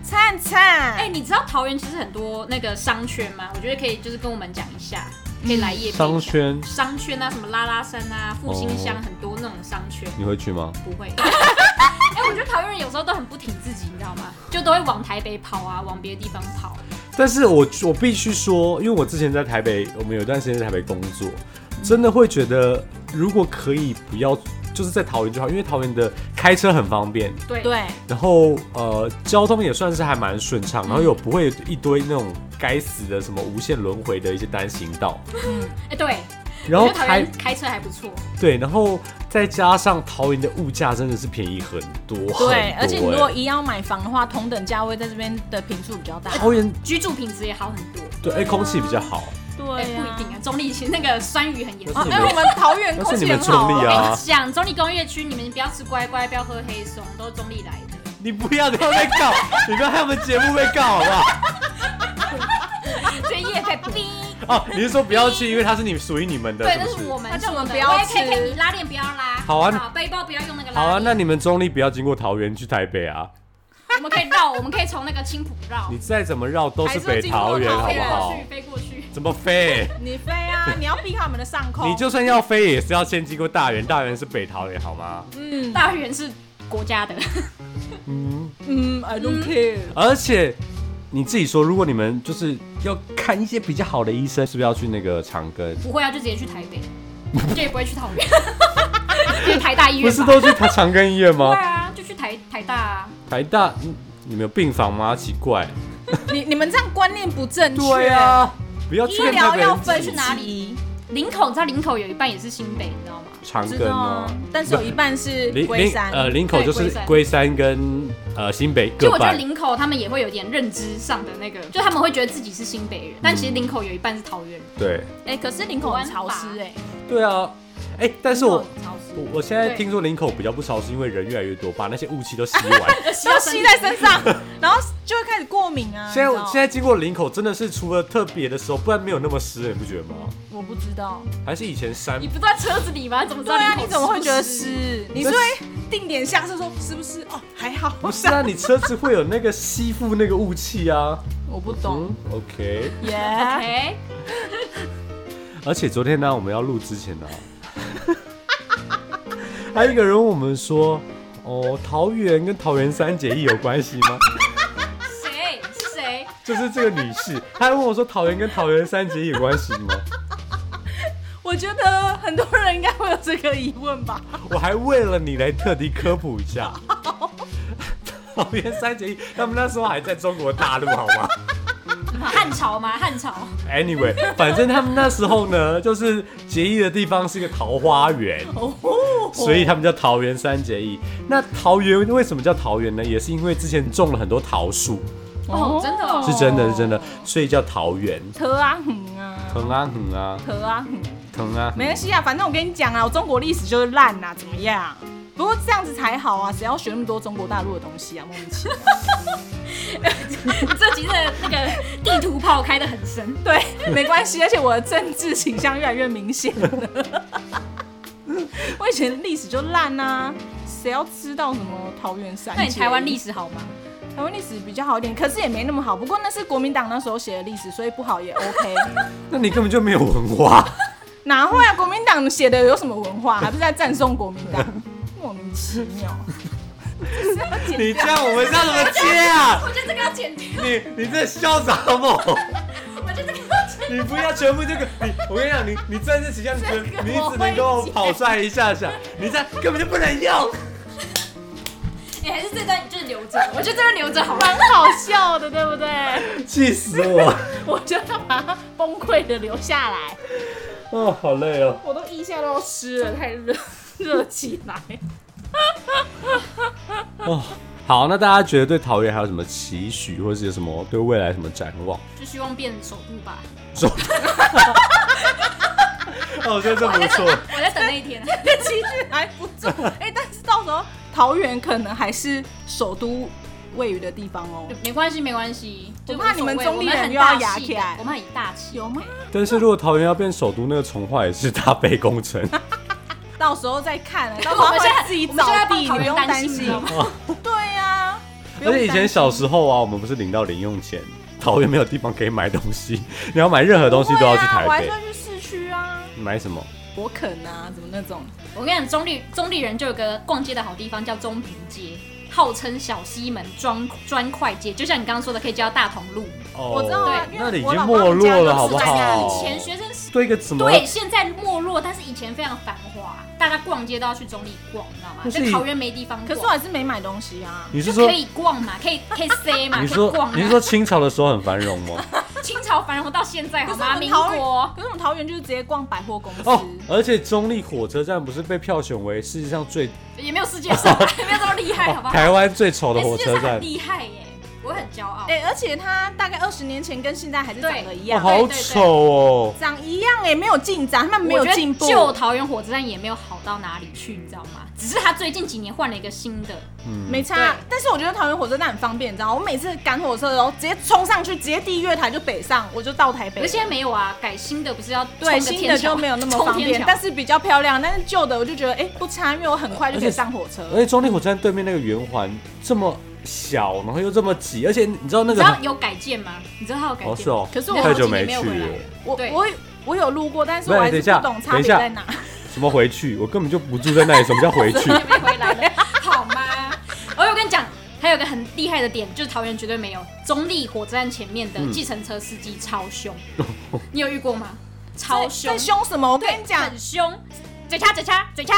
灿灿，
哎、你知道桃园其实很多那个商圈吗？我觉得可以，就是跟我们讲一下，可以来夜配一下
商圈
商圈啊，什么拉拉山啊、复兴
哦
乡，很多那种商圈。
你会去吗？
不会。 哎、我觉得桃园人有时候都很不挺自己，你知道吗？就都会往台北跑啊，往别的地方跑。
但是我我必须说，因为我之前在台北，我们有一段时间在台北工作，真的会觉得如果可以不要就是在桃园就好，因为桃园的开车很方便，
对，
对，
然后呃交通也算是还蛮顺畅，然后有不会有一堆那种该死的什么无限轮回的一些单行道，
嗯
哎、对。
然后
我觉得桃
台
园开车还不错，
对，然后再加上桃园的物价真的是便宜很多，很多
对，而且你如果
欸
一要买房的话，同等价位在这边的平数比较大。
桃园
居住品质也好很多。
对哎、空气比较好，
哎、
对
不一定啊，中立其实那个酸雨很严
不
重
是。
哎，我们桃园空气很好
那是你们中立
哦。
啊
我跟你讲，中立工业区，你们不要吃乖乖，不要喝黑松，都是中立来的。
你不要不要被告，你不要害我们节目被告好不好？
所以夜配 逼。
哦，你是说不要去，因为它是你属于你们的，
对，
是
那
不
是我们
他叫
说
我们
的
不要
我也可以
吃
骗你拉链不要拉。
好啊
背包不要用那个拉链。
好啊，那你们中立不要经过桃园去台北啊！
我们可以绕，我们可以从那个青浦绕
你，再怎么绕都是北桃园，好
飞
不
过
好？
去，飞过去。
怎么飞？
你飞啊！你要避开我们的上空。
你就算要飞，也是要先经过大园，大园是北桃园，好吗？
嗯
大园是国家的，
嗯，
嗯，I don't care。
而且你自己说，如果你们就是要看一些比较好的医生，是不是要去那个长庚？
不会啊，就直接去台北，就也不会去桃园， 去台大
不
医院
是
吧。
都去长长庚医院
对
吗？
啊，就去台台大啊。
台大，嗯你们有病房吗？奇怪。
你你们这样观念不正确。
对，啊，不要
医
去那
疗要
个
分去哪里？
林口，你知道林口有一半也是新北，你知道吗？
长
知
庚
道
啊
啊。，但是有一半是
林
龟
林
山。
呃林口就是
对龟山
龟山跟呃新北
就
各
我觉得
半，
林口他们也会有点认知上的那个，就他们会觉得自己是新北人，但
嗯
其实林口有一半是桃园人。
对
哎、可是林口很潮湿哎、
对啊，哎、但是我
林口很潮湿
我我现在
对
听说林口比较不潮，是因为人越来越多，把那些雾气都吸 完。
都吸在身上， 然后就会开始过敏啊。
现在
你知道
现在经过林口，真的是除了特别的时候，不然没有那么湿，你不觉得吗？
我不知道。
还是以前山
你不在车子里吗？你怎么知
对
道？
啊，你怎么会觉得？湿？你
那
是会定点下车说是不是？哦，还好。
不是啊，你车子会有那个吸附那个雾气啊。
我不
嗯
懂。
，OK。
耶、啊
哎，
而且昨天呢、我们要录之前呢、还有一个人问我们说，哦，桃园跟桃园三结义有关系吗？
谁是谁？
就是这个女士，她还问我说桃园跟桃园三结义有关系吗？
我觉得很多人应该会有这个疑问吧。
我还为了你来特地科普一下。 桃园三结义，他们那时候还在中国大陆，好吗
汉朝吗？汉朝。
？Anyway，反正他们那时候呢，就是结义的地方是一个桃花源，所以他们叫桃园三结义。那桃园为什么叫桃园呢？也是因为之前种了很多桃树，
哦真的哦
是真的是真的，所以叫桃园。
特啊哼啊，
疼啊疼啊
特啊哼。
疼啊！
没关系啊，反正我跟你讲啊，我中国历史就是烂啊，怎么样？不过这样子才好啊，谁要学那么多中国大陆的东西啊？莫名其妙。
这集的那个地图炮开得很深。
对，没关系，而且我的政治倾向越来越明显了。我以前历史就烂啊，谁要知道什么桃园三？
那你台湾历
史，
史好吗？
台湾历史比较好一点，可是也没那么好。不过那是国民党那时候写的历史，所以不好也 OK。
那你根本就没有文化。
哪会啊？国民党写的有什么文化？还不是在赞颂国民党？莫名其妙。
你这样我们要怎么接啊？
我觉得这个要剪掉，
你你这嚣张哦！
我觉得这个要剪掉。
你不要全部这个，你我跟你讲，你你在这几项，你只
这个
你
我
只能
会
跟我
剪
跑率一下下，你这样根本就不能用。
你哎还是这段你就留着，我觉得这段留着好了。
蛮好笑的，对不对？
气死我！
我就要把它崩溃的留下来，
哦，好累哦。
我都腋下都要湿了，太热热起来。
哦，好，那大家觉得对桃园还有什么期许，或是有什么对未来什么展望？
就希望变首部吧，
说， 哦，我觉得这不错。
我在等那一 天。
其实还不 错。哎、但是到时候桃园可能还是首都位于的地方哦。
没关系，没关系，
我
就
怕
无所
你们
谓
中
我
立
们
人
很
又要
大
压
气
起
的
来
我们很大气。
有吗？
但是如果桃园要变首都，那个从化也是搭杯工程。
到时候再 看啊了，到时候
我们现在
会自己
我们现在
找
帮
地，
桃
你不
园
用
担
担
心，你
心啊
知。道吗？
对呀、不
哦而
用
且以
担
前
心
小时候啊，我们不是领到零用钱，桃园没有地方可以买东西， 你要买任何东西都要去
不会啊我
台
还
北
是。要去市区啊，
你买什么？
我肯啊，怎么那种？
我跟你讲，中立中立人就有个逛街的好地方叫中平街，号称小西门砖砖块街，就像你刚刚说的，可以叫大同路。
哦
我知道啊因为
那里已
我
经
老
没
爸们家
落
都
了，
是
好不
在那里
好
以？前学生时
对一个什么？
对，现在没落，但是以前非常繁华，大家逛街都要去中立逛，你知道吗？
可是
就桃园没地方
可
逛，
是我还是没买东西啊。
你是
就
说
可以逛嘛，可以 可以塞嘛，可
你
以逛
说
嘛。
你是说清朝的时候很繁荣 吗？
清朝繁荣到现在
可
哎好
是我
吗？
们
民
桃园
国，
可是我们桃园就是直接逛百货公司，
哦，而且中立火车站不是被票选为世界上最、
也没有世界上 没有这么厉
哎
害，好不
哦、
好？
台湾最丑的
哎
火
世界
车
上
站
很，厉害耶，我很骄傲。
哎、而且它大概二十年前跟现在还是长得一
哦，
样，
好
对对
丑哦！
长一样哎、没有进展，他们没
我
有
觉
进步
得。旧桃园火车站也没有好到哪里去，你知道吗？只是它最近几年换了一个新的，
没差
对，
但是我觉得桃园火车站很方便，你知道吗？我每次赶火车的时候，直接冲上去，直接第一月台就北上，我就到台北
可
了
是。现在没有啊，改新的不是要
对，
冲个
新
天
的
桥
就没有那么
冲
方
天
便
桥，
但是比较漂亮。但是旧的我就觉得，哎、不差，因为我很快就可
而
以
且
上火车。
而且中立火车站对面那个圆环这么小，然后又这么挤，而且你知道那
你知
个
道有改建吗？你知道它有改建
哦
吗？
是哦，
可是我
太
好
几
久
年
没
没
去
有回来
了
了，
我
对
我我有路过，但是我
喂
还
等一
是
下
不懂差
等一
别
下
在哪。
什么回去？我根本就不住在那里，什么叫回 去？
也没回来了， 好吗？而且我跟你讲，还有一个很厉害的点，就是桃园绝对没有中立火车站前面
嗯
的计程车司机超凶，
哦
你有遇过吗？超凶
在，凶什么？我
对
跟你讲，
很凶，嘴掐嘴掐嘴掐，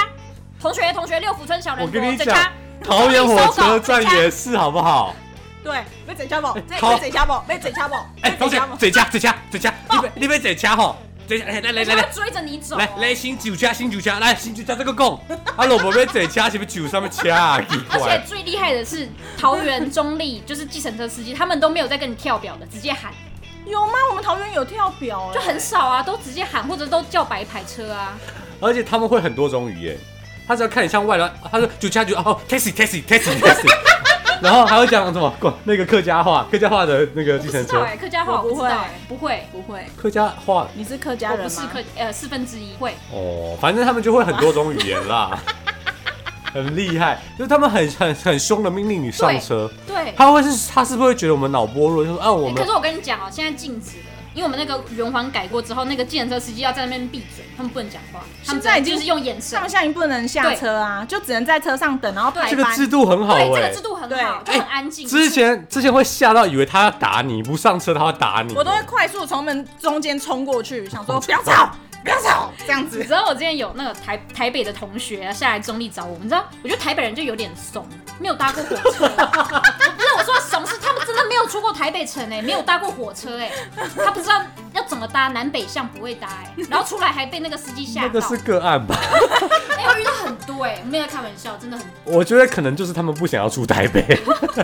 同学同学，六福村小人
我
国，
跟你
嘴
讲
掐，
桃园火车站
中立搜狗
也是，好不好？
对，被嘴掐宝，
好
被嘴掐宝，被嘴掐宝，
哎，
被
同
嘴
学
掐宝，。
嘴掐嘴掐嘴掐，你别你别嘴掐吼，嘴掐哎来来来
嘴掐，他
来
会。追着你哦走、哦，
来来，新酒车，新酒车，来新酒车这个讲，啊，老婆要坐车是不酒上面车啊？奇
而且
怪，
最厉害的是，桃园中立就是计程车司机，他们都没有在跟你跳表的，直接喊，
有吗？我们桃园有跳表、哎
就很少啊，都直接喊或者都叫白牌车啊。
而且他们会很多种语言，他只要看你像外来，他说酒车酒哦，taxi taxi taxi taxi，然后还会讲什么过那个客家话，客家话的那个
我
计
不
程
知道
车
哎、，客家话
我
我
不
不知
会
道哎、不会，
不会。
客家话
你是客家
我
人吗？
不是客呃四分之一会，
哦，反正他们就会很多种语言 啦，很厉害，就是他们很很很凶的命令你上车，
对。
他会是他是不是会觉得我们脑波弱？就说啊，我
欸可
们
是我跟你讲哦、现在禁止了，因为我们那个圆环改过之后，那个计程车司机要在那边闭嘴，他们不能讲话，他们
现在已经
就是用眼神
上。下你不能下车啊，就只能在车上等，然后排
这个
班。
制度很好
对，这
哎、
个制度很好，就
对
很安静。
之前之前会吓到以为他要打你，不上车他要打你，
我都会快速从门中间冲过去，想说不要吵，不要吵，这样子
你。知道我之前有那个台台北的同学、啊、下来中立找我，你知道，我觉得台北人就有点怂，没有搭过火车。 我不是我说怂是他们真的没有出过台北城哎、没有搭过火车哎、他不知道要怎么搭，南北向不会搭哎、然后出来还被那个司机吓
那
到
个。是个案吧？
哎、我遇到很多哎、没有在开玩笑，真的很多。
我觉得可能就是他们不想要住台北。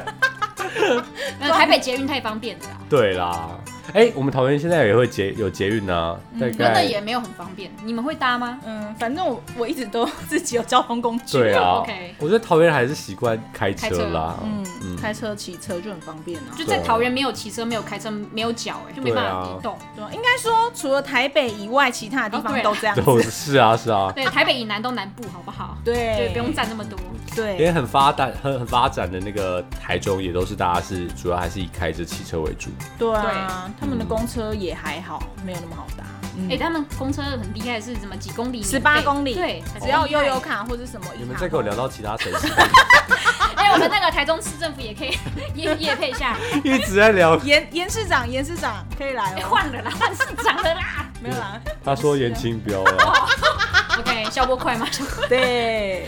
没有台北捷运太方便了啦，
对啦，哎、我们桃园现在也会捷有捷运啊，大
嗯真的
概、
也没有很方便。你们会搭吗？
嗯，反正我我一直都 自己有交通工具。
对啊
OK
我觉得桃园人还是习惯开
开
车
车
啦。
嗯，开车、骑车就很方便啊。
就
对
在
啊
桃园没有骑车，没有开车，没有脚哎、就没办
对啊
法移动。
对啊，应该说除了台北以外，其他的地
哦
方
对啊
都这样
都
子。
是啊是啊，
对，台北以南都南部好不好？
对
对，不用站那么多。
也
对，
很发展、很很发展的那个台中，也都是大家是主要还是以开着汽车为主。
对啊，他们的公车也还好，没有那么好搭。嗯
哎、他们公车很厉害，是怎么几公里免费？
18公里哦
对，
只要悠游
卡。
卡或者什么，
你们再给我聊到其他城市，
哎、我们那个台中市政府也可以 也也配一 下，
一直在聊。
严严市长，严市长可以来
哎
哦，
换、了啦，换市长了啦。
没有啦，
他说严清标 啊，
OK，消波快吗？ 消波
对，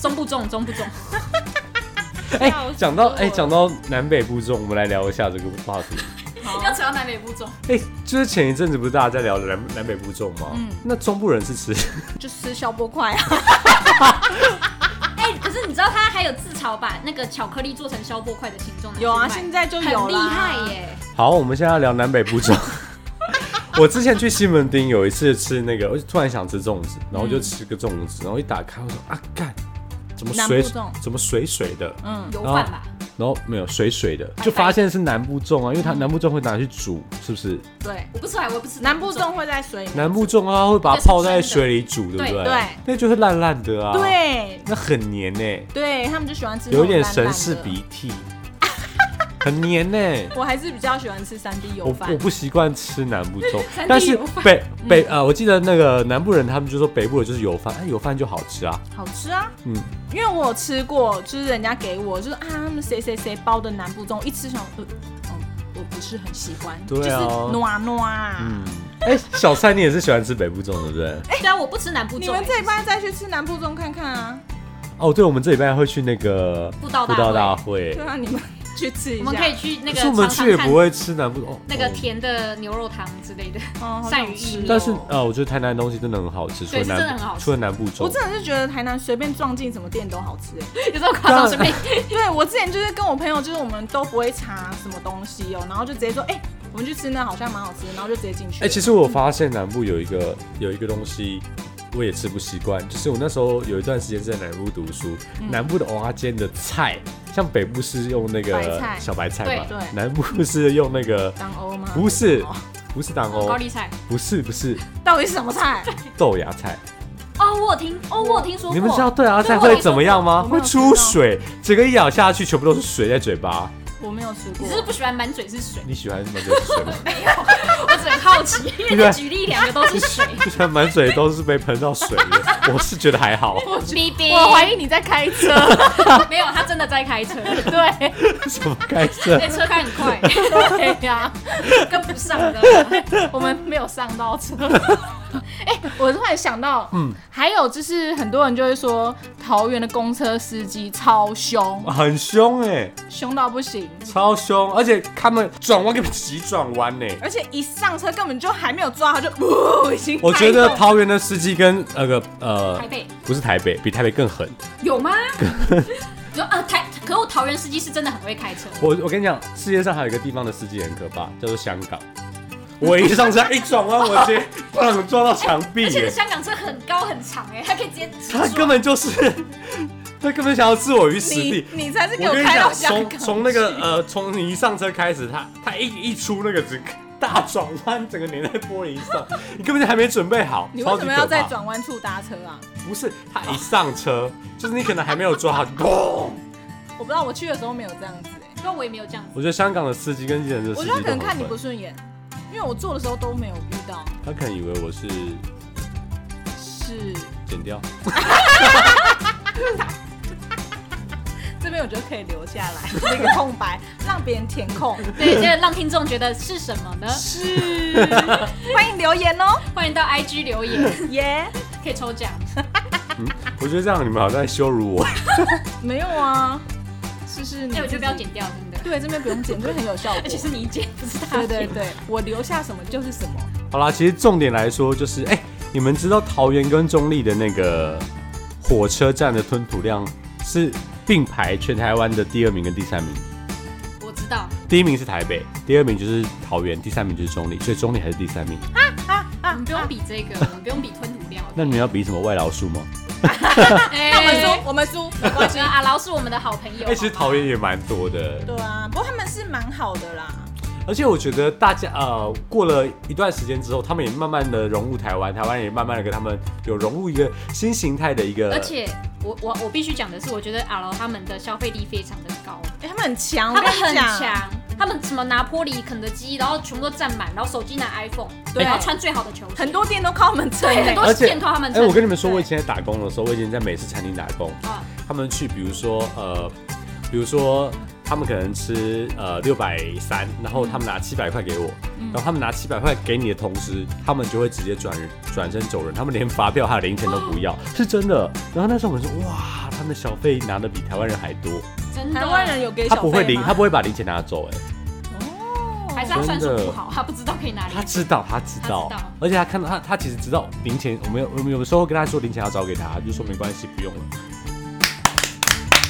中不中？中 不中？
哎，讲到哎，讲到南北部中，我们来聊一下这个话
嗯
题。
好
要扯到南北部中，
哎，就是前一阵子不是大家在聊南南北部中吗？
嗯
那中部人是吃，
就吃消波块啊，
哎、可是你知道他还有自嘲把那个巧克力做成消波块的形状拿去
有 啊，
卖
现在就有
很厉
啦
害，耶！
好，我们现在要聊南北部粽。 我之前去西门町有一次吃那个，我就突然想吃粽子，然
嗯
后就吃个粽子，然后一打开我说啊干，怎么水
南部粽
怎么水水的？
嗯，
油饭
啊
吧，
然后没有水水的，
白
就发现是南部粽啊，因为它南部粽会拿去煮，是不是？
对，
我不吃，我也不吃
南部粽会在水里面
南部粽啊会把它泡在水里煮，对不
对
对？
对
那就会烂烂的啊，，
对
那很黏呢、
对，他们就喜欢吃那种
有一点
烂烂
神
的
似鼻涕， 很黏呢、
我还是比较喜欢吃三 D 油
我
饭
我，不习惯吃南部粽
三，地
但是
油饭
北北呃，我记得那个南部人他们就说北部的就是油饭，哎，油饭就好吃啊，
好吃啊，
嗯，
因为我有吃过，就是人家给我，就是啊，他们谁谁谁包的南部粽，一吃想，呃，哦，我不是很喜欢，
对啊
就是暖暖啊。
嗯，哎，小蔡你也是喜欢吃北部粽对不对？
对啊，我不吃南部粽。
你们这一班再去吃南部粽看看啊！
哦，对，我们这礼拜会去那个
布道大会
大会
就，让你们去吃一
我
下。
们可以去那
可
个
是我们
尝
去也
尝看
不会吃南部粽，哦
那个
哦
甜的牛肉汤之类的。
哦好想
鳝鱼
吃
意面
但是呃，我觉得台南的东西真的很好吃，除
对
了
是真的很好
南
吃
除了南部粽
我，真的是觉得台南随便撞进什么店都好吃、欸。
有这 种夸张是被
对我之前就是跟我朋友，就是我们都不会查什么东西哦、然后就直接说，哎、我们去吃那好像蛮好吃的，然后就直接进去了。
哎，其实我发现南部有一个有一个东西。我也吃不习惯，就是我那时候有一段时间是在南部读书，
嗯
南部的蚵仔煎的菜，像北部是用那
白
个
菜
小白菜嘛，
对对
南部是用那个
当欧吗？
不是
哦
不是党
高
欧，
丽菜。
不是不是
到底是什么菜？
豆芽菜，
哦，我有听，哦，我有听说过。
你们知道豆芽菜
对我有
会怎么样吗？
我没
会
有吃
出
到
水，整个一咬下去全部都是水在嘴巴。
我没有吃过。
你是不是不喜欢满嘴是水？
你喜欢满嘴是水吗？
我只很 好奇，因为你举例两 个都是水。
你喜欢满嘴都是被喷到水 的，我是觉得还好。
B B，
我怀疑你在开车。
没有，他真的在 开车，
对
什么开车？
那车开很 快，
对呀、
跟不上的。
我们没有上到 车。哎、我突然想到，嗯，还有就是很多人就会说，桃园的公车司机超凶，
很凶哎、
凶到不行，
超凶，而且他们转弯给你急转弯欸呢、
而且一上车根本就还没有抓，他就呜已经开动。
我觉得桃园的司机跟那个呃
台，北
不是台北，比台北更狠。
有 吗？你说啊，台，可我桃园司机是真的很会开车。
我我跟你讲，世界上还有一个地方的司机很可怕，叫做香港。我一上车一转弯，我直接 撞撞到墙壁
而且
耶！
香港车很高很长哎，他可以直接直撞。
他根本就是，他根本想要置我于死
你
地。
你 才是给
我跟你
开到
讲，
香
从
港。
从那个呃，从你一上车开始，他他一一出那个整个大转弯，整个粘在玻璃上，你根本就还没准备好。
你
超
为
级
什么要
可怕
在？转弯处搭车啊？
不是他一上车，就是你 可能还没有抓好，砰！
我不知道，我去的时候没有这样子、哎，
那我也没有这样子。
我觉得香港的司机跟日本的司
我
机
觉
都
得可能
很
看你
笨
不，顺眼，因为我坐的时候都没有遇到，
他可能以为我是
是。
剪掉。
这边我觉得可以留下 来那个空白，让别人填空。
对，这个让听众觉得是什么呢？
是，欢迎留言 哦，
欢迎到 IG 留言，
耶、
可以抽奖。
我觉得这样你们好像在羞辱我。
没有啊，试试你。
哎，我觉得不要，剪哎掉，真的。
对，这边不用剪，这边很有效果
而。且是你剪，不是他
对对
剪。
对，我留下什么就是什么。
好啦，其实重点来说就是，哎、你们知道桃园跟中立的那个火车站的吞吐量是并排全台湾的第二名跟第三名，
我知道。
第一名是台北，第二名就是桃园，第三名就是中立，所以中立还是第三名。
我们不用比这个，我们不用比吞吐量。
那你们要比什么外劳数吗？
我们
哎，
输，我们输，没关
我
系
觉得。
哎
阿劳是我们的好朋友。
哎、其实桃园也蛮多的。
对啊，不过他们是蛮好的啦。
哎、而且我觉得大家呃，过了一段时间之后，他们也慢慢的融入台湾，台湾也慢慢的跟他们有融入一个新形态的一个，
而且我我我必须讲的是，我觉得阿劳他们的消费力非常的高，
哎、他们很强，
他
我
们
跟
很
你讲，
强，他们什么拿坡里、肯德基，然后全部都占满，然后手机拿 iPhone，
对
然后穿最好的球鞋，
很多店都靠我们撑、
对很
欸。
多
而且
店靠他们
哎、
撑。
我跟你们说，
对
我以前在打工的时候，我以前在美式餐厅打工，
啊，
他们去，比如说呃，比如说他们可能吃呃六百三，然后他们拿七百块给我，然后他们拿七百块给你的同时，他们就会直接转人转身走人，他们连发票还有零钱都不要，是真的。然后那时候我们说，哇，他们的小费拿的比台湾人还多，
真的
台湾人有给
他
小
不会
费
零，
吗？
他不会把零钱拿走、哎，
还是
真
他
的
算术不好，他不知道可以拿零
他知道，他知道，
他知道
而且他看到他，他其实知道零钱，我们有我们有时候跟他说零钱要找给他，他就说没关系，不用了。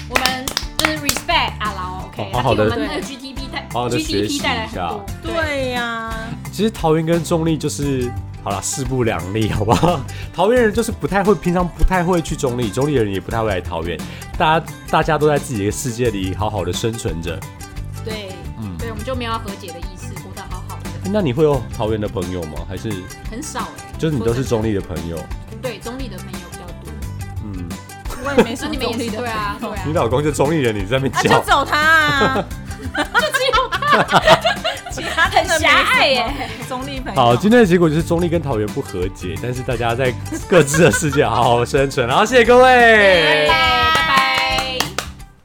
我们就是 respect 阿劳，OK，
哦好
他
好
替
地
我们那个 GTP 带
好好地学习
GTP 带来
一
很
下
多，
对呀、
其实桃园跟中立就是好了，势不两立，好不好？ 桃园人就是不太会，平常不太会去中立，中立人也不太会来桃园，大家大家都在自己的世界里好好的生存着。
对，
嗯
对，我们就没有要和解的意思，活得好好的，
那你会有桃园的朋友吗？还是
很少哎，
就是你都是
说
中立的朋友？
真的对中立的朋友比较多，
嗯，
我也没什
那
么
你们也
动力
是
哦的
对啊，对啊
你，老公就中立人，你在那
啊，
边
就
叫，
走他、 啊，就只有他，其他真的没
很狭隘耶
什么中立朋友。
好，今天的结果就是中立跟桃园不和解，但是大家在各自的世界好好生存。好，谢谢各位。
拜拜。